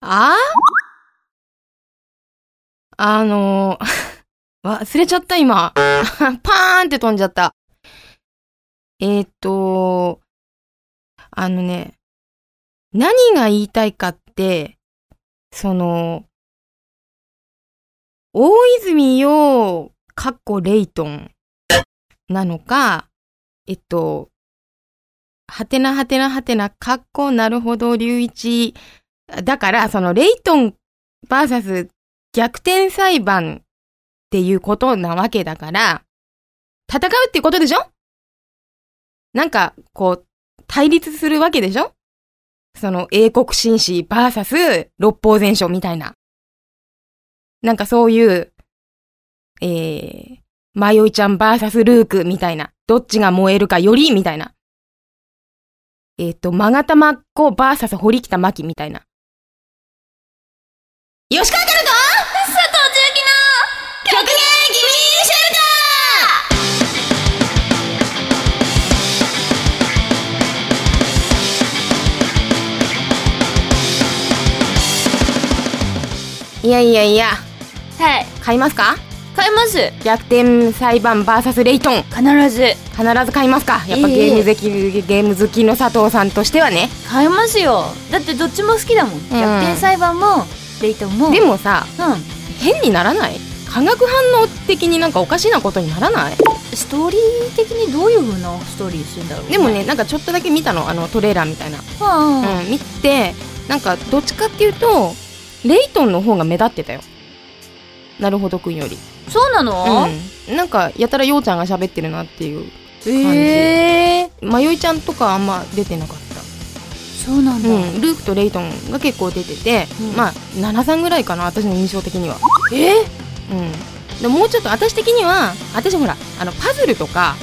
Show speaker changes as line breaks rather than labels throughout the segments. ああのー、 忘れちゃった今。パーンって飛んじゃった。えーっと、あのね、何が言いたいかって、その、大泉洋、かっこレイトンなのか、えっと、はてなはてなはてな、かっこなるほど隆一、だから、そのレイトンバーサス逆転裁判っていうことなわけだから、戦うっていうことでしょなんか、こう、対立するわけでしょその英国紳士バーサス六法全書みたいな。なんかそういう、えー、迷いちゃんバーサスルークみたいな。どっちが燃えるかよりみたいな。えっ、と、まがたまっこバーサス堀北真希みたいな。吉川からと
佐藤千きの極限ギミシェルタ
いやいやいや、
ーはい
買いますか
買います
逆転裁判バーサスレイトン。
必ず
必ず買いますかやっぱ
え
ゲ
え
ーム好き、ゲーム好きの佐藤さんとしてはね。
買いますよだってどっちも好きだもん、逆転裁判もレイトンも
で
うん
もさ、変にならない化学反応的になんかおかしなことにならない
ストーリー的にどういう風なストーリーするんだろう
でもね、なんかちょっとだけ見たの、あのトレーラーみたいな。
うんうん
うん、見てなんかどっちかっていうとレイトンの方が目立ってたよなるほどくんより、
そうなの、
うん、なんかやたらようちゃんが喋ってるなっていう
え
迷いちゃんとかあんま出てなかっ
ー、そうなん
た、
だ、
うん、ルークとレイトンが結構出てて、
うん
まあ73ぐらいかな私の印象的にはう
え
んでももうちょっと私的には私ほらあのパズルとか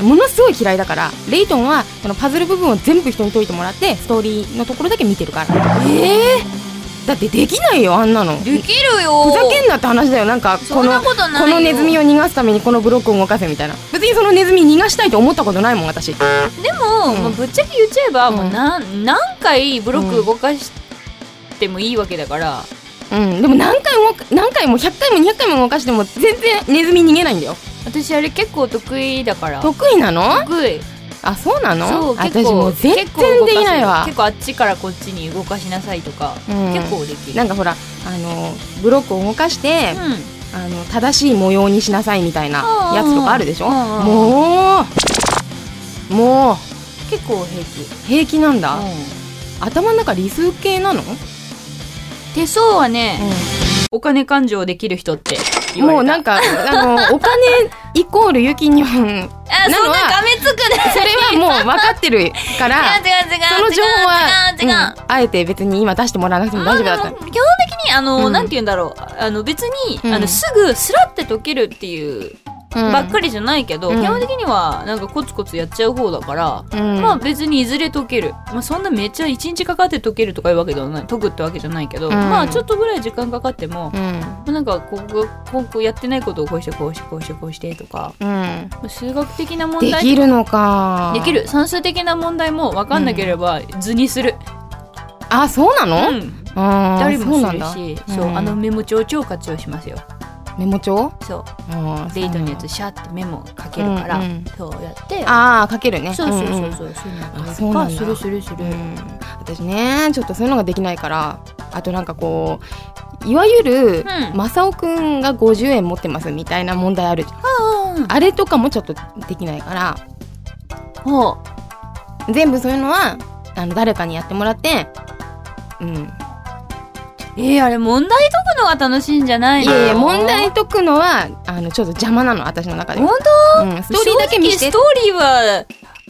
うん
ものすごい嫌いだからレイトンはそのパズル部分を全部人に解いてもらってストーリーのところだけ見てるから
え
だってできないよあんなの
できるよ
ふざけんなって話だよなんか
そ
こ
ん
の
なことないよ
このネズミを逃がすためにこのブロックを動かせみたいな別にそのネズミ逃がしたいと思ったことないもん私
でも、
うん
まあぶっちゃけ言っちゃえば、
うん
もう何何回ブロック動かしてもいいわけだから、
うんでも何回も何回も100回も200回も動かしても全然ネズミ逃げないんだよ
私あれ結構得意だから
得意なの
得意
あそうなの
そう結
私
構
もう全
結構動
然
か
で
せる
きないわ
結構あっちからこっちに動かしなさいとか、
うん
結構できる
なんかほらあのブロックを動かして、
うん
あの正しい模様にしなさいみたいなやつとかあるでしょ
うんうんうん
もうもう
結構平気、
平気なんだ、
うん
頭の中理数系なの、
手相はね、お金勘定できる人って言われた
もうなん
か
か、あの、お金イコールユキニョン、
あ
な
そ
の
ん
は
ながめつくない
それはもう分かってるから、
違う違う違う
その情報は、
違う違う違う、
うんあえて別に今出してもらわなくても大丈夫だった
あ。でも基本的にあの、
うん
なんて言うんだろうあの別に、
うん
あのすぐスラって解けるっていうばっかりじゃないけど、
うん
基本的にはなんかコツコツやっちゃう方だから、
り。うん
まあ別にいずれ解ける、まあ、そんなめっちゃ1日かかって解けるとかいうわけではない解くってわけじゃないけど、
うん
まあちょっとぐらい時間かかっても、
うん。
なんかここここやってないことをこうしてこうしてこうしてこうしてとか
うん。
まあ数学的な問
で
題
きるのか。
でき。る算数的な問題も分かんなければ図にする、
あ、そうなの
うん、
あ
誰
ーそ
も
う
す
なん
る
だ。
し
うん
そう、あのメモ帳を超活用しますよ
メモ帳
そう
あー
デートのや
そ
つ
う
シャーってメモ書けるから、
うんうん
そうやって
なんだあー、書けるね。
そうそうそ
ん
うんそうそういうのとか
あそうなんだ
するするする、
うん、私ねちょっとそういうのができないからあとなんかこういわゆる、
うん
マサオくんが50円持ってますみたいな問題あるじゃん
うん
あれとかもちょっとできないから
ほう
全部そういうのはあの誰かにやってもらってうん
えー、あれ問題解くのが楽しいんじゃない
い
の
やいや問題解くのはあのちょっと邪魔なの私の中で、う
本
ん、
当
ストーリーだけ見せて
正直ストーリーは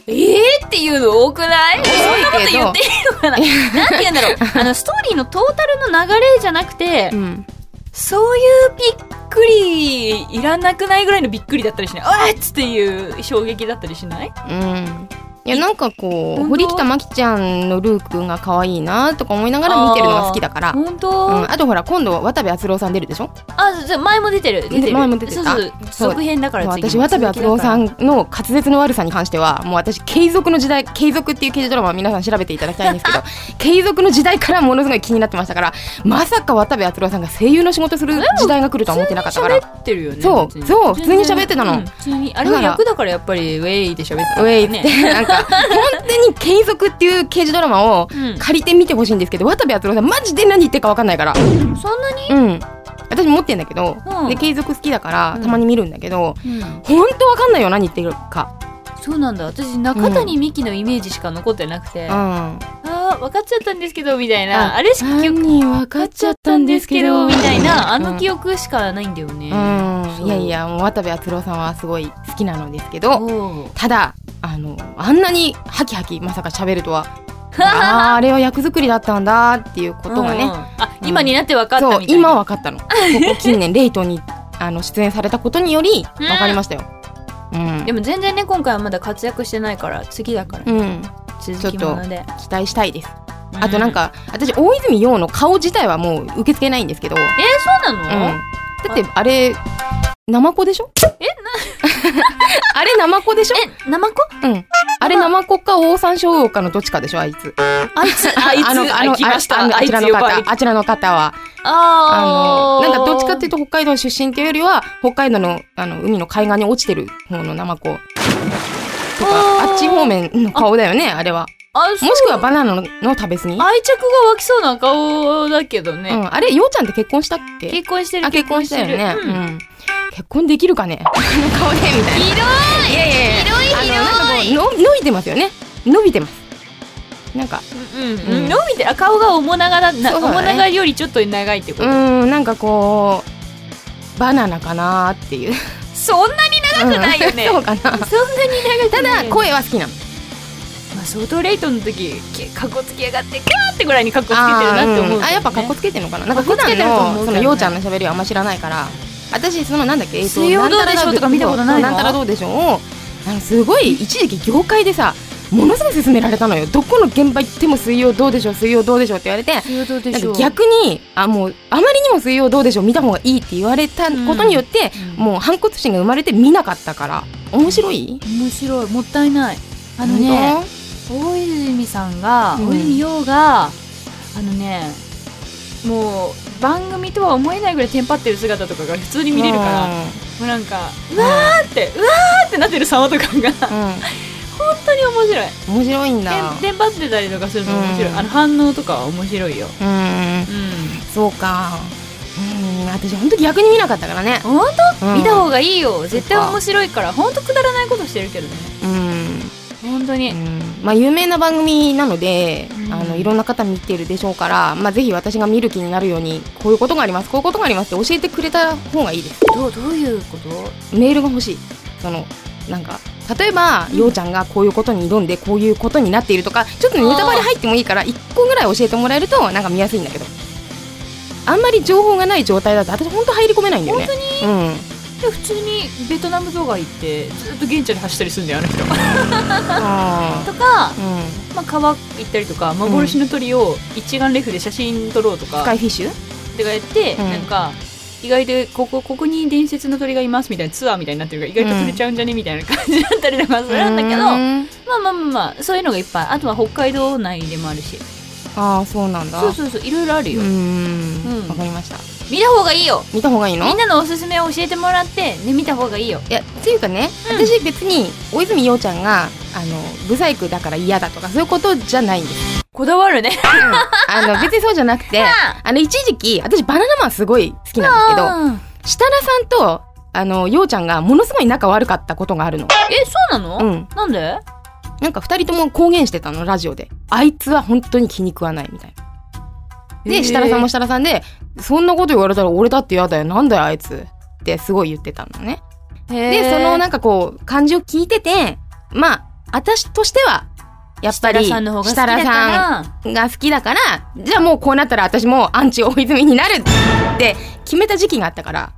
えーっていうの多くないそんなこと言っていいのかななんて言うん だろうあのストーリーのトータルの流れじゃなくて、
うん、
そういうびっくりいらなくないぐらいのびっくりだったりしないあっつっていう衝撃だったりしない
うん、いやなんかこう
本当
堀北真希ちゃんのルークが可愛いなとか思いながら見てるのが好きだから
本
あ,、
当、
うん、あとほら今度渡部篤郎さん出るでしょ
あそうそう前も出てる出てる
前も出て
そ
た
うそう
そう
続編だから
もう
次
私渡部篤郎さ
ん
んの滑舌の悪さに関してはもう私継続の時代継続っていう刑事ドラマを皆さん調べていただきたいんで すけど継続の時代からものすごい気になってましたからまさか渡部篤郎さんが声優の仕事する時代が来るとは思ってなかったからウ
喋ってるよね
そう
別に
そう
全然
普通に喋ってたの
うん普通にあれは
だから
役だからやっぱりウェイで喋ってた
ェイっ
ね
てなんか本当に継続っていう刑事ドラマを
うん
借りて見てほしいんですけど渡部篤郎さんマジで何言ってるか分かんないから
そんなに
うん私持ってんだけど、
うん
で継続好きだから
うん
たまに見るんだけど、本当わかんないよ何言ってるか、
そうなんだ私中谷美紀のイメージしか残ってなくて、
うん、
あ
あ
あ分かっちゃったんですけどみたいなあれしか記憶
何分かっちゃったんですけど
みたいなあ
うん
の記憶しかないんだよね、
う
そ
ん、
う
いやいやもう渡部篤郎さんはすごい好きなのですけ
お
ど
う
ただあのあんなにハキハキまさか喋ると はあーあれは役作りだったんだっていうことが
うんうん
ね
あ
うん
今になって分かったみた
そ
いうな
今分かったのここ近年レイトンにあの出演されたことにより
うん
分かりましたよ、うん
でも全然ね今回はまだ活躍してないから次だから、
うん、
続きもので
期待したいです
う
あとなんか、私大泉洋の顔自体はもう受け付けないんですけど、うん、
えー、そうなの、
だってあれナマコでしょ
え
な あれナマコでしょ
えナマコ
うんあれナマコかオオサンショウウオかのどっちかでしょあいつ
あいつあいつ来ました
あのあ
あい
ち
つ
らの
呼ばれて
方あちらの方は
あ
あ
ー
のなんかどっちかっていうと北海道出身っていうよりは北海道のあの海の海岸に落ちてる方のナマコと
あー
かあっち方面の顔だよねあれは
あそう
もしくはバナナのの食べ過ぎうん
愛着が湧きそうな顔だけどね、
あれようちゃんって結婚したっけ
結婚してる
あ結婚したよね、
結婚して
う
る
ん、結婚できるかね この顔でみたいな
ひどい
いやいや
ひどい
いやあのなんかこうの伸びてますよね伸びてますなんか
うんうん
うん
伸びてるあ顔が面長だな
そうだね
面長よりちょっと長いって
う
こと、
ーんなんかこうバナナかなーっていう
そんなに長くないよね、
うんそ
そう
かなん
なに長く
た
ない
だ声は好きなの
まあ、相当レイトンの時けかっこつけやがってキャーってぐらいにかっこつけてる
あ
なって思うけどね、
ーうんあやっぱかっこつけてるのかななんか普
かっこつけ
段
てると思う
の
け
そ
どね
のようちゃんの喋りはあんま知らないから私そのなんだっけえっと
水曜どうでしょうとか見たことないの
なんたらどうでしょうをあのすごい一時期業界でさものすごい勧められたのよどこの現場行っても水曜どうでしょう水曜どうでしょうって言われて
強度で
なん
しょ
か逆にあもうあまりにも水曜どうでしょう見た方がいいって言われたことによって、
うん
もう反骨心が生まれて見なかったから面白い
面白いもったいないあのね大泉さんが、
うん
大泉洋があのねもう番組とは思えないぐらいテンパってる姿とかが普通に見れるから、もうなんかうわーってうわーってなってる様とかが本
ら、
当に面白い
うん、面白いんだ
テンテンパってたりとかするの面白い、
うん
あの反応とかは面白いよ
うん
うん
そうかうん私本当逆に見なかったからね、
本当、
うん
見た方がいいよ絶対面白いから本当くだらないことしてるけどね
うん
本当に、
うんまあ、有名な番組なので、
うん
あのいろんな方見てるでしょうから、まあ、ぜひ私が見る気になるようにこういうことがありますこういうことがありますって教えてくれた方がいいです
どうどういうこと
メールが欲しいそのなんか例えば、ようちゃんがこういうことに挑んでこういうことになっているとかちょっとネタバレ入ってもいいから1個ぐらい教えてもらえるとなんか見やすいんだけどあんまり情報がない状態だと私本当入り込めないんだよね
本
当に、うん、
で普通にベトナム動画行ってずっと現地で走ったりするんだよあの人
あ
とか、
ー うん
まあ、川行ったりとか幻の鳥を一眼レフで写真撮ろうとか
スカイフィッシュ
とかやって、
うん
なんか意外でここここに伝説の鳥がいますみたいなツアーみたいになってるから意外と取れちゃうんじゃねみたいな感じだったりとかするんだけど、
う
まあ
ーん
まあまあまあそういうのがいっぱいあとは北海道内でもあるし
ああそうなんだ
そうそうそういろいろあるよ、
うー
うん
んわかりました
見た方がいいよ
見た方がいいの
みんなのおすすめを教えてもらって、ね、見た方がいいよ
いやっていうかね、
うん
私別に大泉洋ちゃんがあのブサイクだから嫌だとかそういうことじゃないんです、
こだわるね
あの別にそうじゃなくてあの一時期私バナナマンすごい好きなんで
うん
すけど設楽さんとあの洋ちゃんがものすごい仲悪かったことがあるの
えそうなの、
うん
なんで
なんか二人とも公言してたのラジオであいつは本当に気に食わないみたいな
へ
で
ー
設楽さんも設楽さんでそんなこと言われたら俺だって嫌だよなんだよあいつってすごい言ってたのねで、そのなんかこう、感じを聞いてて、まあ、私としては、やっぱり、
設楽さんの方が好きだから
設楽さんが好きだから、じゃあもうこうなったら私もアンチ大泉になるって決めた時期があったから、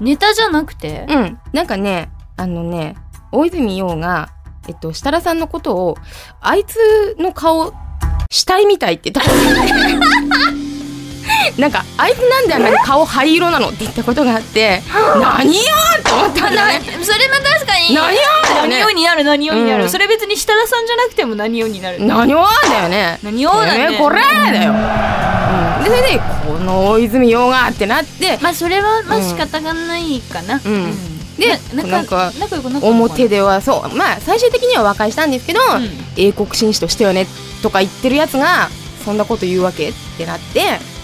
ネタじゃなくて
うん。なんかね、あのね、大泉洋が、えっと、設楽さんのことを、あいつの顔、死体みたいって言ったなんか、あいつなんであんなに顔灰色なのって言ったことがあって、何よーって思ったんだね。
それも確かに
何よーだよ
何を
ね。
になる何をになる、
うん
それ別に設楽さんじゃなくても何をになる
何をだよね。
何をだよね
えーこれーだよ。うん、で、それで、この大泉洋がってなって、
まあそれはま
う
あ
ん
仕方がないかな、
うんで
な
なんか
仲良くなったのか
表では、そう、まあ、最終的には和解したんですけど、
なうん
英国紳士としてはねとか言ってるやつがそんなこと言うわけってなって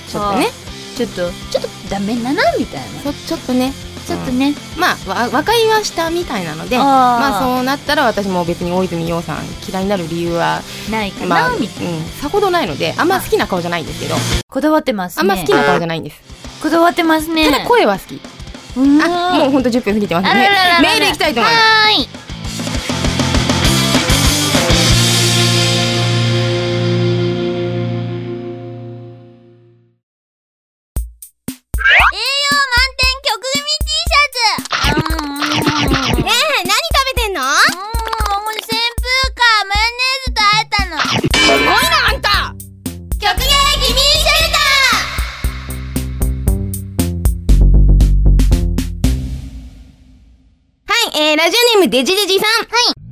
ちょっとね
ちょっとちょっとダメだなみたいな
そちょっとね
ちょっとね、
まあわ和解はしたみたいなので
あー
まあそうなったら私も別に大泉洋さん嫌いになる理由は
ないかな、
まあ、うん
みたいな、
さほどないのであんま好きな顔じゃないんですけど
こだわってますね
あんま好きな顔じゃないんです
こだわってますね
ただ声は好き
うん
あもうほんと10分過ぎてます
あららららら
ねメールいきたいと思います
はーい
栄養満点曲組 T シャツねえ何食べてんの扇風カーマヨネーズとあえたのすごいなあんた曲芸君シェルター
はい、えー、ラジオネームデジデジさん。はい。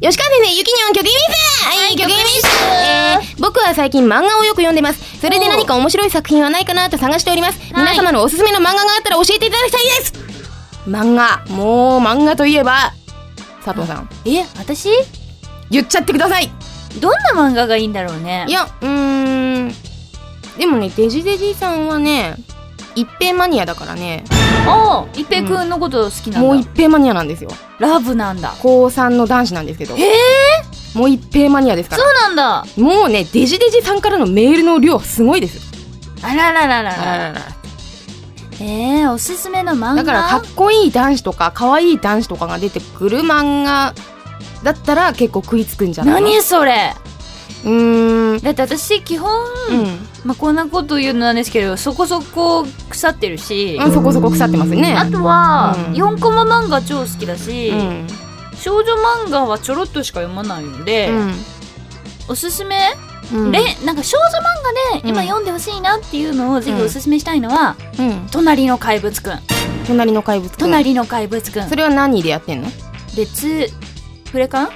吉川先生、ゆきにょん曲ミスはい、曲ミスえー、僕は最近漫画をよく読んでます。それで何か面白い作品はないかなと探しております。皆様のおすすめの漫画があったら教えていただきたいです漫画。もう、漫画といえば、佐藤さん。
え私
言っちゃってください
どんな漫画がいいんだろうね
いや、うーん。でもね、デジデジさんはね、一平マニアだからね、
おう一平くんのこと好きなんだ、
もう一平マニアなんですよ。
ラブなんだ
高3の男子なんですけど
え、ー、
もう一平マニアですから
そう。なんだ
もうね、デジデジさんからのメールの量すごいです。
あららららららえー、おすすめの漫画
だからかっこいい男子とか可愛い男子とかが出てくる漫画だったら結構食いつくんじゃない
何それ
うーん。
だって私基本、
う
まあ、こんなこと言うのなんですけどそこそこ腐ってるし、
ん。そこそこ腐ってますね。
あとは、
うん
4コマ漫画超好きだし、
うん。
少女漫画はちょろっとしか読まないので、おすすめ、
うん。
れなんか少女漫画で今
うん
読んでほしいなっていうのをぜひ
うん
おすすめしたいのは「
うん。
隣の怪物くん」
隣の怪物
「
くん。
隣の怪物くん
そ」れは何でやってんの
別フレカン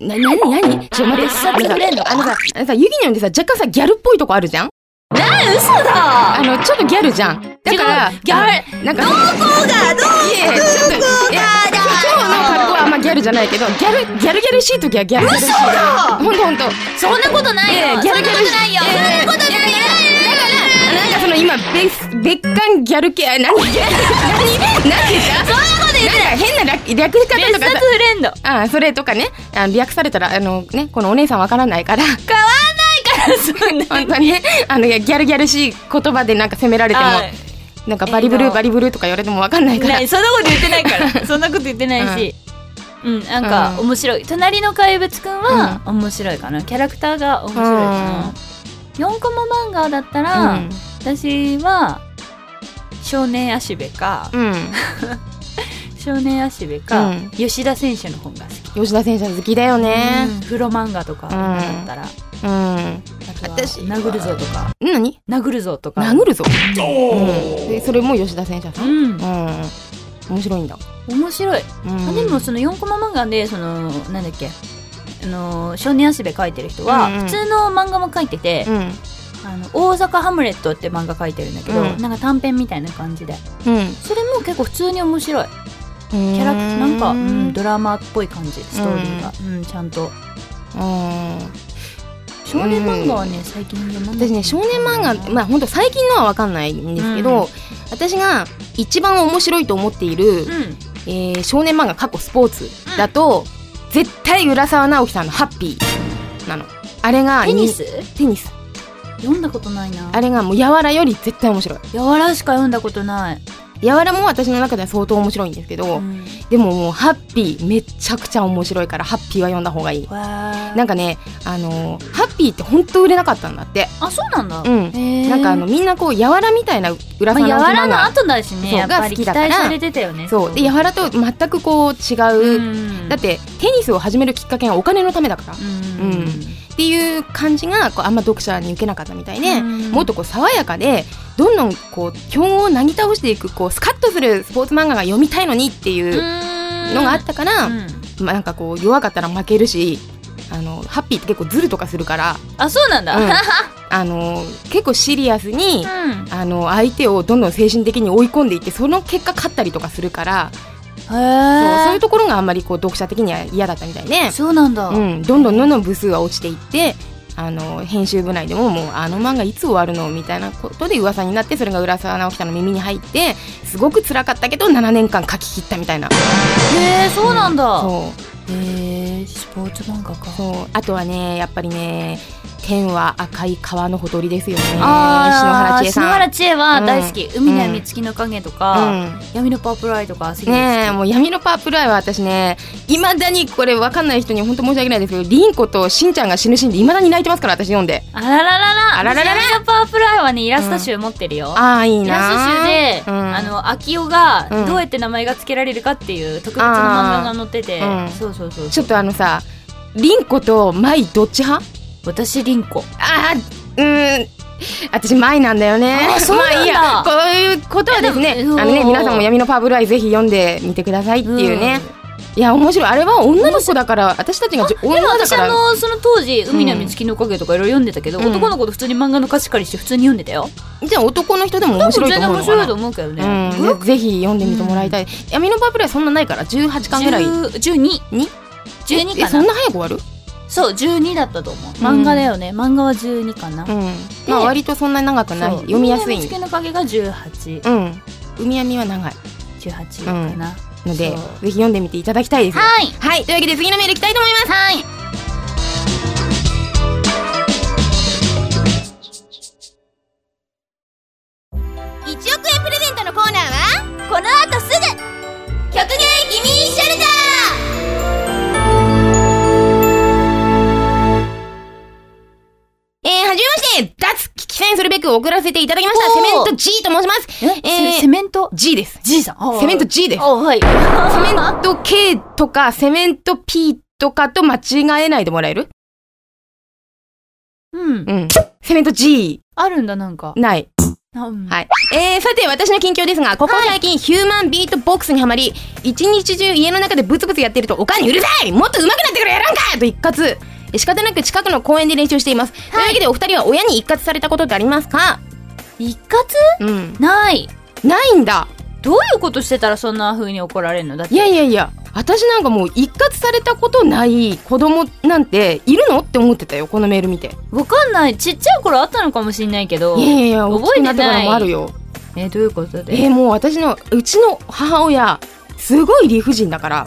な、なになにちょ、待って。
別冊くれんの
あのさ、あのさ、ユギニョンってさ、若干さ、ギャルっぽいとこあるじゃん
え嘘
あ
だ
の、ちょっとギャルじゃん。だから、
ギャ
ル、なんか、どこが、どこが、ちょっと、いや、今日の格好はあんまギャルじゃないけど、ギャル、ギャルギャルしい時はギャルギャルしい。嘘だほんとほんと。
そんなことないよ、
ギャルギャルし
そんなことないよ、
えー
そんなことないよ、
なんかその今、別、別館ギャル系、あ何ギャル、何何て言ったそんなこと言ってなんか変な略、略し方
別
とか
冊
さ。
フレンド
ああ、それとかね。あの略されたら、あのね、このお姉さんわからないから、
そんな
本当にね、あの、いやギャルギャルしい言葉でなんか責められても、
あ
なんかバリブ
え
ル
ー
ーバリブルーとか言われてもわかんないから。
ないそんなこと言ってないからそんなこと言ってないし、うんなんか
うん
面白い「隣の怪物くん」は面白いかなキャラクターが面白いかな、4コマ漫画だったら、
うん
私は少年足部か、
うん。
少年足部か、
うん
吉田選手の本が好き、
吉田選手は好きだよね。
うん風呂漫画とかだったら、
うん。
あとは
私は
殴るぞとか
何
殴るぞとか
殴るぞ。うんでそれも吉田選手さ。
うんん
う、ん。面白いんだ。
面白い、
うん
あでもその4コマ漫画でそのなんだっけあの少年足部書いてる人は
うんうん
普通の漫画も書いてて
う、ん。
あの大阪ハムレットって漫画書いてるんだけど、
うん
なんか短編みたいな感じで
うん。
それも結構普通に面白い
キ
キ
ャ
ャラクターなんか、うん、ドラマっぽい感じストーリーが、うんちゃんと少年漫画はね、最近読まない
私ね少年漫画まあ本当最近のは分かんないんですけど、
うん
私が一番面白いと思っている、
うん
えー少年漫画過去スポーツだと、絶対浦沢直樹さんの「ハッピー」なのあれが
テニス
にテニス
読んだことないな
あれがもう柔らより絶対面白い
柔らしか読んだことない、
柔らも私の中では相当面白いんですけど、
うん、
でももうハッピーめちゃくちゃ面白いからハッピーは読んだ方がいい
わー
なんかねあのーハッピーって本当売れなかったんだって
あそうなん
う
だ、
ん
へー
なんかあのみんなこう柔らみたいな裏
ま
さ
あ、
の
柔らの
が
後だしね
そう
やっぱ
が好き
り期
だから
待されてたよね
そうで柔らと全くこう違う、
ん
だってテニスを始めるきっかけがお金のためだから、っ
うん
うんていう感じがこうあんま読者に受けなかったみたいで、
うん
もっとこう爽やかでどんどんこう強豪をなぎ倒していくこうスカッとするスポーツ漫画が読みたいのにっていうのがあったから、
うん
まあ、なんかこう弱かったら負けるしあのハッピーって結構ズルとかするから、
あそうなんだ、
うんあの結構シリアスに、
うん
あの相手をどんどん精神的に追い込んでいってその結果勝ったりとかするからそうそうい
へ
うところがあんまりこう読者的には嫌だったみたいで
え、そうなんだ、
うん、どんどんどんどん部数は落ちていってあの編集部内でももうあの漫画いつ終わるのみたいなことで噂になってそれが浦沢直樹さんの耳に入ってすごく辛かったけど7年間書き切ったみたいな
へえそうなんだ、
そう
へえスポーツ漫画か
そうあとはねやっぱりね天は赤い川のほとりですよね篠原
あー
千恵さん
篠原千恵は大好き、海には三月の影とか、
うん
闇のパープルアイとか関口
ねえもう闇のパープルアイは私ねいまだにこれ分かんない人に本当申し訳ないですけど凛子としんちゃんが死ぬシーンでいまだに泣いてますから私読んで
あらららら
あらららら
闇のパープルアイはねイラスト集持ってるよ、
ああいい
イ
な
ラスト集で、
うん
あの秋代が
うん
どうやって名前が付けられるかっていう特別な漫画が載ってて、
あーうん
そうそうそう
ちょっとあのさ凛子と舞どっち派
私凛子
ああうーん私舞なんだよね
あーそうなんだ
まあいいやこういうことはです
い
ね
やでも
あのね
うん
皆さんも闇のパープルアイぜひ読んでみてくださいっていうね、いや面白いあれは女の子だから私たちがじょ女
でも
だ
私
か
あ
ら
のその当時「海の月の影」とかいろいろ読んでたけど、
うん
男の子と普通に漫画の貸し借りして普通に読んでたよ
じゃあ男の人でも面白いと思うの
全然面
か
白
ない
と思うけどね、
うん、
ブ
ぜ
ロッ
ぜひ読んでみてもらいたい、闇のパープルはそんなないから18巻ぐらい
ク12
に
12
え
か
そ
なん
な早く終わる
そう12だったと思う
うん
漫画だよね、漫画は12かな、
うんまあ割とそんなに長くない
そう
読みやすい
海の
う
月の影が1818
ん海闇は長い
かな、
のでぜ
そう
ひ読んでみていただきたいですよ
はい
はいというわけで次のメールいきたいと思います
はい
1億円プレゼントのコーナーはこの後すぐ曲芸ギミーシェルタ
えー、はじめまして脱危機戦するべく送らせていただきました
おー
セメント G と申します
え、
えー
セセメント
G です
じいさんあー
セメント G です
あはい
セメント K とかセメント P とかと間違えないでもらえる
うん
うんセメント G
あるんだなんか
ない
は
はい。えー、さて、私の近況ですが、ここ最近、ヒューマンビートボックスにはまり、一日中家の中でブツブツやってると、おかんにうるさいもっと上手くなってくれやらんかと一括。え仕方なく近くの公園で練習しています。というわけで、お二人は親に一括されたことってありますか
一括
うん。
ない
ないんだ。
どういうことしてたらそんな風に怒られるのだって
いやいやいや、私なんかもう一括されたことない子供なんているのって思ってたよ、このメール見て。
わかんないちっちゃい頃あったのかもしんないけど
いやいやいや、大
覚
きく
えて
な
な
っ
い
てからもあるよ。
えどういうこと
え
で
ー、もう私のうちの母親すごい理不尽だから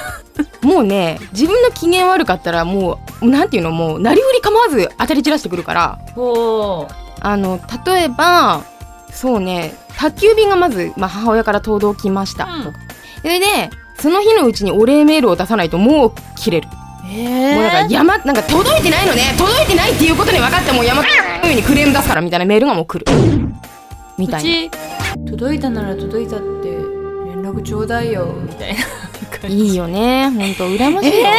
もうね自分の機嫌悪かったらもうなんていうのもうなりふり構わず当たり散らしてくるから
ほ
あの例えばそうね宅急便がまず、まあ、母親から届きました、
うん
それでその日のうちにお礼メールを出さないともう切れる、
うえ
もうなんか山なんか届いてないのね届いてないっていうことに分かってもう山のようにクレーム出すからみたいなメールがもう来るみたいな
うち届いたなら届いたって連絡ちょうだいよみたいな感じ
いいよね本当羨まし
え
いよ、
ー、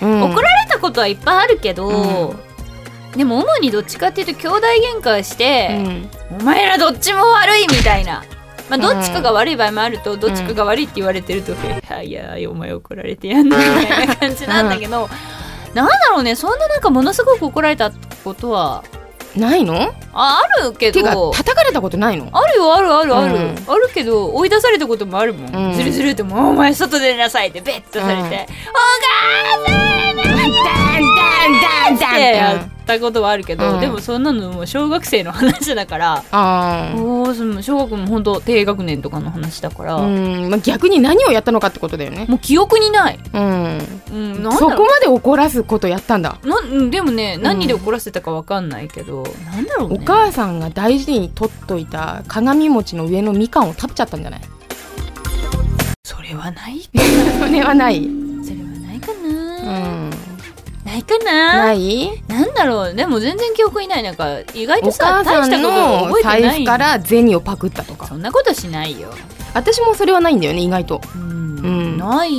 一括
うん
怒られたことはいっぱいあるけど、でも主にどっちかっていうと兄弟喧嘩して、お前らどっちも悪いみたいな。まあ、どっちかが悪い場合もあると、どっちかが悪いって言われてると、いやいやお前怒られてやんなみたいな感じなんだけど、なんだろうねそんななんかものすごく怒られたことは
うん、ないの
ああるけ
てか
ど
叩かれたことないの
あるよあるあるある、
うん
あるけど追い出されたこともあるもん、
うん
ずるずるってもうお前外出なさいってベッとされて、
うん
お母さ
ダンダ
ん
ンダン
ってやったことはあるけど、
うん
でもそんなのもう小学生の話だから、
あ
おーその小学校も本当低学年とかの話だから、
あうん、まあ、逆に何をやったのかってことだよね
もう記憶にない、
うん
うん、なんだ
そ
ろ
こまで怒らすことやったんだ
うなうんでもね何で怒らせたかわかんないけど、なんだろうね
お母さんが大事に取っといた鏡餅の上のみかんを食べちゃったんじゃない
それはない
それはない、うん、
それはないかな、なないかな
ない
なんだろうでも全然記憶いないなんか意外
お
とさ
母
大
さ
し
ん
たこと
の
覚えてない
財布から銭をパクったとか
そんなことしないよ
私もそれはないんだよね意外と
うん、
うん
ない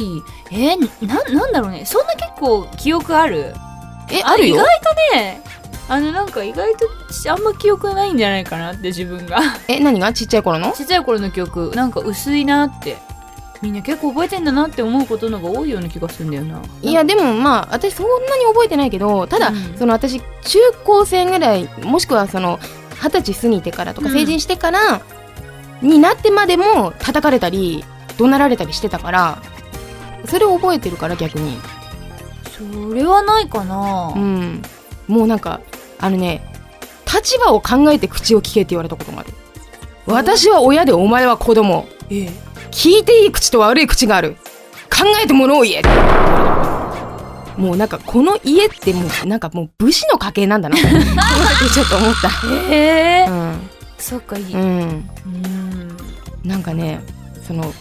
えー、ななんだろうねそんな結構記憶ある
えあるよ
意外とねあのなんか意外とあんま記憶ないんじゃないかなって自 分が
え何がちっちゃい頃の
ちっちゃい頃の記憶なんか薄いなってみんな結構覚えてんだなって思うことの方が多いような気がするんだよないい
やでもまあ私そんなに覚えてないけどただ、
うん
その私中高生ぐらいもしくはその二十歳過ぎてからとか
うん
成人してからになってまでも叩かれたり怒鳴られたりしてたからそれを覚えてるから逆に、
それはないかな、
うん、もうなんかあのね立場を考えて口を聞けって言われたこともある私は親でお前は子供
え
聞いていい口と悪い口がある考えて物を言えもうなんかこの家ってもうなんかもう武士の家系なんだなその時ちょっと思っ
え
た
ー、
う
そっかいい、
ん、うん、
うん
なんかねその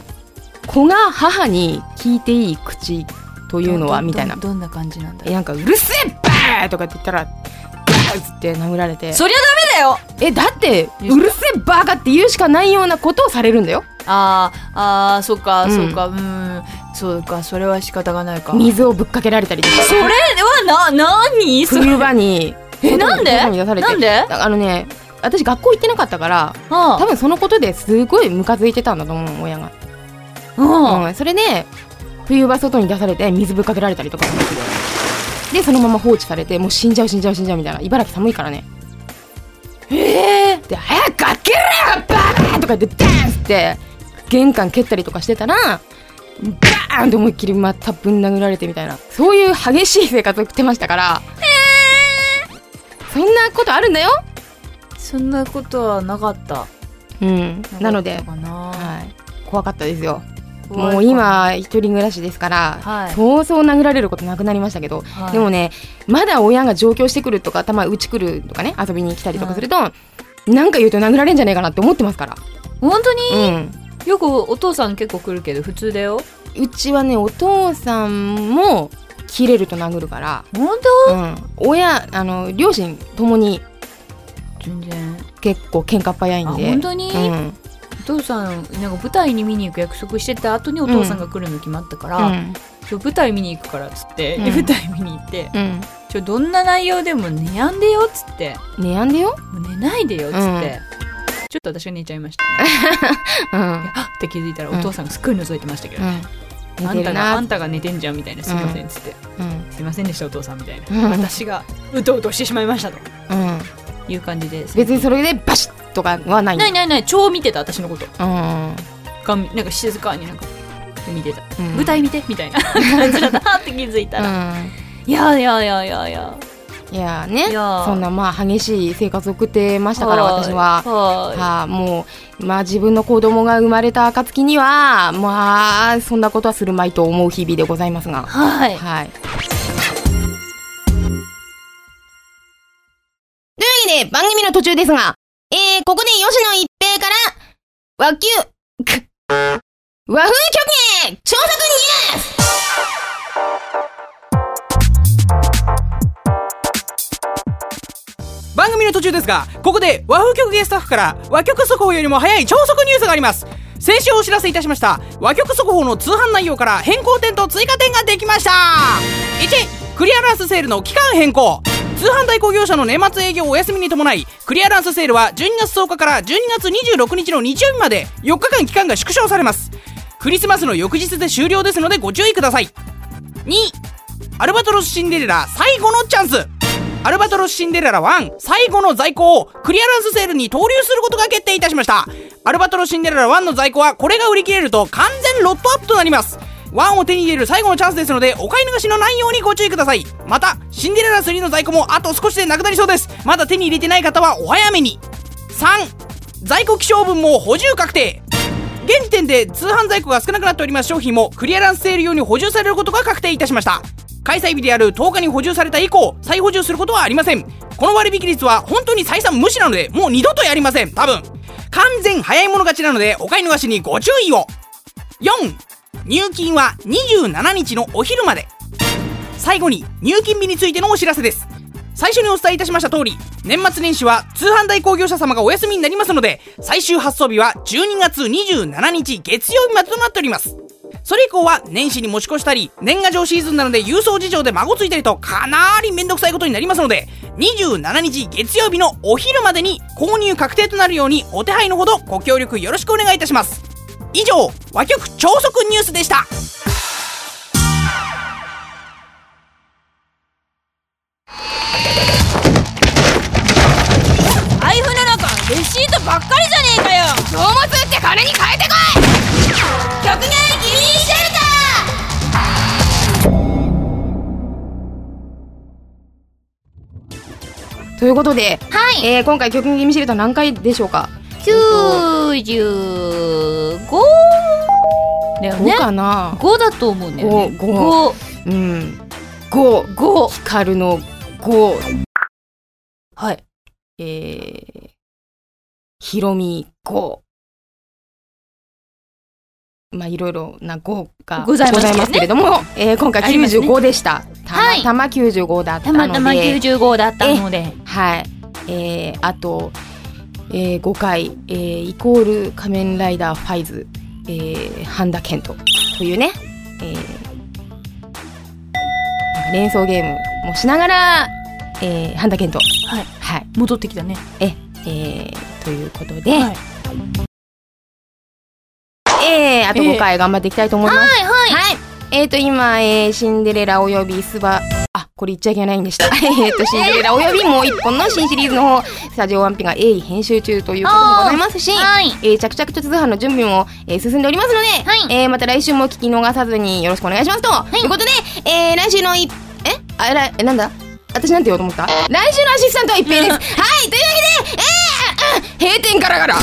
子が母に聞いていい口というのはみたいな
どどどんな感じなんだ
えなんか「うるせえバー!」とかって言ったら「バー!」っつって殴られて
そりゃダメ
え
だよ
だって「うるせえバカ!」って言うしかないようなことをされるんだよ
あーあーそっか、
うん
そっかうんそうかそれは仕方がないか
水をぶっかけられたりとか
それはな何それ
冬場に
えなんで
外に出されて
なんで
あのね私学校行ってなかったから多
あ
分そのことですごいムカついてたんだと思う親が、
あ
うん、それで冬場外に出されて水ぶっかけられたりとかでそのまま放置されてもう死んじゃう死んじゃう死んじゃうみたいな茨城寒いからね
え
で早く開けろよバーンとか言ってダーンって玄関蹴ったりとかしてたらバーンと思いっきりまたぶん殴られてみたいなそういう激しい生活を送ってましたからそんなことあるんだよ
ーそんなことはなかった
うんなので
かったかな
はい、怖かったですよ
怖い
もう今一人暮らしですから、
はい
そうそう殴られることなくなりましたけど、
はい
でもねまだ親が上京してくるとかたまうち来るとかね遊びに来たりとかすると、なんか言うと殴られんじゃねえかなって思ってますから、
本当に
うん、
よくお父さん結構来るけど普通だよ
うちはねお父さんも切れると殴るから、
本
うん、親あの両親ともに
当全然
結構喧嘩っ早い
あ
んで
本当に、お
うん
父さんなんか舞台に見に行く約束してた後にお父さんが来るの決まったから、
うん
今日舞台見に行くからっつって、
うん
で舞台見に行って
うん
ちょどんな内容でも寝やんでよっつって
悩んでよ、
もう寝ないでよっつって、
うん
ちょっと私が寝ちゃいました ね
うん
であっって気づいたら
うん
お父さんがすっごい覗いてましたけど、
うん、
あ
寝
ん
て
た
る
が
な
あんたが寝てんじゃんみたいなすいませんっつって、
うん
すいませんでしたお父さんみたいな、
う ん
私がうとうとしてしまいましたと
うん
いう感じです
別にそれでバシッとかはないんだ
ないないない超見てた私のこと
うん
がなんか静かになんか見てた、
うん
舞台見てみたいな感じだったあって気づいたら、
う
いやいやいやいやいや
んいやーね
いやー
そんなまあ激しい生活を送ってましたから私は。
はい
はあ、もう、まあ、自分の子供が生まれた暁にはまあそんなことはするまいと思う日々でございますが、
はい
はい。というわけで番組の途中ですが、えー、ここで吉野一平から和牛く和風曲芸調査ニュース
番組の途中ですがここで和風曲芸スタッフから和曲速報よりも早い超速ニュースがあります先週お知らせいたしました和曲速報の通販内容から変更点と追加点ができました1クリアランスセールの期間変更通販代行業者の年末営業お休みに伴いクリアランスセールは12月10日から12月26日の日曜日まで4日間期間が縮小されますクリスマスの翌日で終了ですのでご注意ください2アルバトロスシンデレラ最後のチャンスアルバトロスシンデレラ1最後の在庫をクリアランスセールに投入することが決定いたしましたアルバトロスシンデレラ1の在庫はこれが売り切れると完全ロットアップとなります1を手に入れる最後のチャンスですのでお買い逃しのないようにご注意くださいまたシンデレラ3の在庫もあと少しでなくなりそうですまだ手に入れてない方はお早めに3在庫希少分も補充確定現時点で通販在庫が少なくなっております商品もクリアランスセール用に補充されることが確定いたしました開催日である10日に補充された以降再補充することはありませんこの割引率は本当に採算無視なのでもう二度とやりません多分完全早い者勝ちなのでお買い逃しにご注意を4入金は27日のお昼まで最後に入金日についてのお知らせです最初にお伝えいたしました通り年末年始は通販代行業者様がお休みになりますので最終発送日は12月27日月曜日までとなっておりますそれ以降は年始に持ち越したり年賀状シーズンなので郵送事情で孫ついたりとかなりめんどくさいことになりますので27日月曜日のお昼までに購入確定となるようにお手配のほどご協力よろしくお願いいたします以上和曲超速ニュースでした
財布の中レシートばっかりじゃねえかよ
どうもつって金に変えてこい
極限ギリシェルター
ということで、
はい
えー今回曲気味シェルター何回でしょうか
95だよ
どう
ね
かな、
5だと思うんだよね
5 5うん5
5
光の5
はい
えー、ひろみ5まあいろいろな5が
ご
ご
ざ
ざ
い
い
ま
ますす
ね
けれども、えー今回
ありますね
95でした、た
はい
またま95だった
た
ので
またま95だったので
はい。えー、あと、えー、5回、えー、イコール仮面ライダーファイズ、えー、半田健人というね、えー、連想ゲームもしながら、えー、半田健人。
はい
はい。
戻ってきたね
え、えー、ということで、
はい
えー、あと5回頑張っていきたいと思います。
はいはい
はい。えーと、今、えーシンデレラおよびスバ、あ、これ言っちゃいけないんでした。 えーと、シンデレラおよびもう一本の新シリーズの方、スタジオワンピが鋭意編集中ということもございますし、
はい
えー着々と通販の準備も、えー進んでおりますので、
はい
えーまた来週も聞き逃さずによろしくお願いしますと、い、うことで、えー来週のい、えあ、ら、えなんだ私なんて言おうと思った来週のアシスタントは一平です。はい、というわけで、えーああ閉店からから。